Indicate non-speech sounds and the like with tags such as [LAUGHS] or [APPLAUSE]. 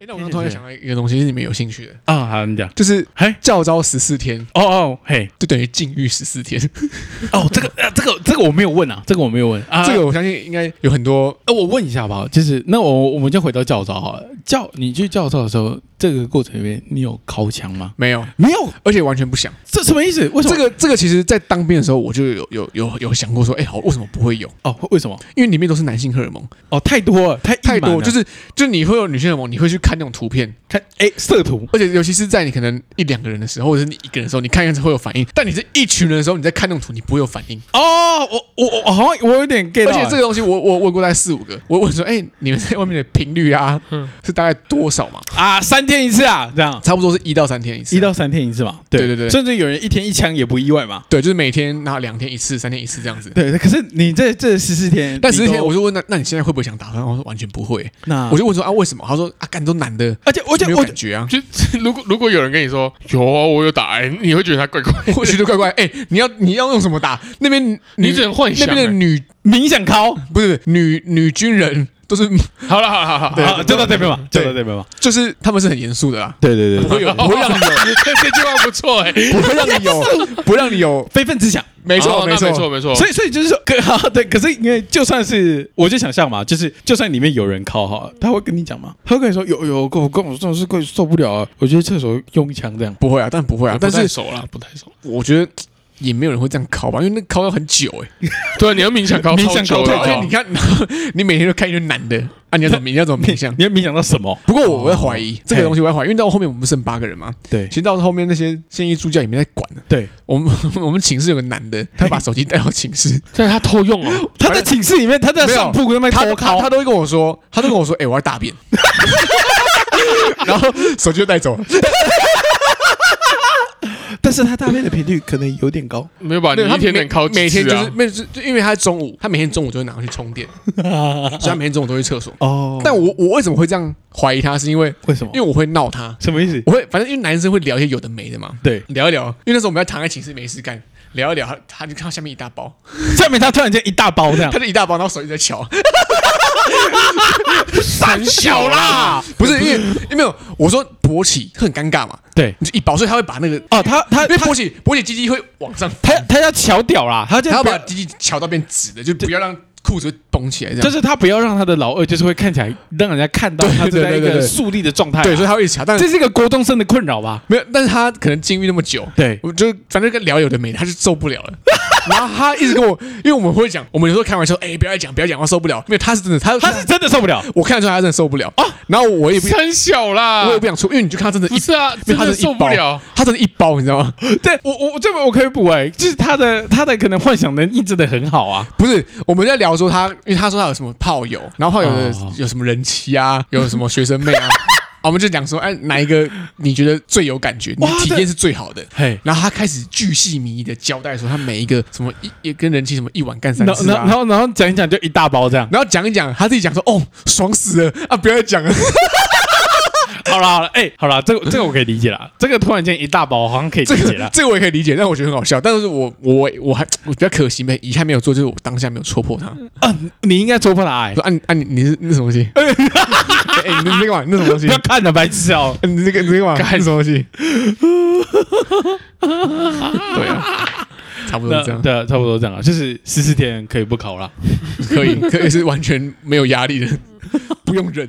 哎、那我刚突然想到一个东西，是你们有兴趣的，啊，好，你讲，就是嘿，教招十四天，哦哦，嘿，就等于禁欲十四 [LAUGHS] 天。哦，这个，呃这个，这个我没有问啊，这个我没有问啊，这个我相信应该有很多呃，我问一下吧，就是那我我们就回到教招好了。教你去教招的时候，这个过程里面你有靠墙吗？没有，没有，而且完全不想。这什么意思？为什这么个这个其实，在当兵的时候，我就有有有有想过说，哎、好，为什么不会有？哦？为什么？因为里面都是男性荷尔蒙，哦，太多了，太太多，就是是就是你会有女性荷尔蒙，你会去看那种图片，看哎，色图而且尤其是在你可能一两个人的时候，或者是你一个人的时候，你看一看会有反应，但你这一群人的时候，你在看那种图，你不会有反应。哦，我我我好像我有点 get 而到了，且这个东西我，我问过大概四五个，我问说，哎、你们在外面的频率啊，是大概多少嘛？啊，三天一次啊，这样差不多是一到三天一次，一到三天一次嘛，对对对甚至有人一天一枪也不意外嘛，对，就是每天然后两天一次，三天一次这样子。对。可是你这这十四天，但是你之都前我就问那，那你现在会不会想打算？我说完全不会。那我就问说啊，为什么？他说啊，干都男的，而且而且没有我感觉啊， [LAUGHS] 就 [LAUGHS] 如果如果有人跟你说有啊，我有打、欸，你会觉得他怪怪，或许就怪怪。哎，你要你要用什么打？那边女你只能幻那想、边的欸。女冥想靠，不是女女军人，都是 [LAUGHS] 好了好了好了好了，好，啊就到这边嘛，就对到这边嘛，就是他们是很严肃的 [LAUGHS] 啦，对对不会有不会让你有这这句话不错哎、不会让你有不会让你有，非分之想。没哦错那没 [LAUGHS] 没错错没错，所以，所以就是说，可好对，可是因为就算是，我就想象嘛，就是就算里面有人靠哈，他会跟你讲吗？他会跟你说有有，跟我跟我真的是快受不了啊，我觉得厕所用一枪这样。不会啊，但不会啊，但不太是熟了，不太熟。我觉得。也没有人会这样考吧，因为那考要很久哎、对，你要冥想高，冥想超高久对，的而对且哦你看， [LAUGHS] 你每天都看一堆男的啊，你要怎么你要怎么冥 [LAUGHS] 想？你要冥想到什么？不过我会怀疑、这个嘿东西，我会怀疑，因为到后面我们剩八个人嘛，对其实到后面那些现役助教也没在管了。对，我们 [LAUGHS] 我们寝室有个男的，他把手机带到寝室，但是他偷用哦，他在寝室里面，他在上铺那边他偷他靠他，都会跟我说， [LAUGHS] 他都跟我说，哎、我要大便，然后手机就带走了。但是他大便的频率可能有点 [LAUGHS] 高。没有吧？啊你对，他一天每能靠每几天次就是啊？没有就就因为他中午，他每天中午就会拿回去充电，所以他每天中午都去厕所。哦，但我我为什么会这样怀疑他？是因为为什么？因为我会闹他，什么意思？我会反正因为男生会聊一些有的没的嘛，对，聊一聊。因为那时候我们要躺在寝室没事干，聊一聊，他他就看到下面一大包，下面他突然间一大包 [LAUGHS] 这样他，就一大包，然后手一直在敲， [LAUGHS] 胆小啦！不是因为因为没有我说勃起很尴尬嘛，对，你就一包，所以他会把那个，因哦，他他为勃他起勃起鸡鸡会往上，他他要翘屌啦，他就他要不把要鸡鸡敲到变直的，就不要让裤子绷起来这就样。是他不要让他的老二就是会看起来让人家看到对他是在一对对对个对竖立的状态啊。对，所以他会一直敲，但这是一个国中生的困扰吧？没有，但是他可能禁欲那么久，对，我就反正跟聊有的没的，他就受不了 [LAUGHS] 了。然后他一直跟我，因为我们会讲，我们有时候开玩笑，哎、不要再讲，不要讲，我受不了。没有，他是真的，他他是真的受不了。我看得出来他真的受不了啊。然后我也不，三小啦我，也不想出，因为你就看他真的一，啊不是啊，因为真他的真的一受不包了。，他真的一包，你知道吗？ [LAUGHS] 对我我这个我可以补哎、就是他的他的可能幻想能抑制的很好啊。不是，我们在聊说他，因为他说他有什么炮友，然后炮友的、哦有什么人妻啊，有什么学生 [LAUGHS] 妹啊，啊我们就讲说，哎，哪一个你觉得最有感觉，你哇体对验是最好的。嘿，然后他开始巨细靡遗的交代说，他每一个什么一也跟人妻什么一晚干三然后次然后然啊，后然后讲一讲就一大包这样。然后讲一讲，他自己讲说，哦，爽死了啊，不要再讲 [LAUGHS] 了， [LAUGHS] 好啦好啦，哎、好啦，这个这个我可以理解啦。这个突然间一大包，我好像可以这理解个 [LAUGHS] 啦。这个我也可以理解，但我觉得很好笑，但是我我我还我比较可惜没遗憾没有做，就是我当下没有戳破他，啊，你应该戳破他哎、说啊你啊你你是那什么东 [LAUGHS] 西？哎、哎你那干嘛？你那什么东西不？要看了，白痴哦、哎你这个你这个嘛，干什么东 [LAUGHS] 西？对啊，差不多那是这样，对啊，差不多这样啊，就是十四天可以不考啦。 [LAUGHS] 可以可以是完全没有压力的，不用忍。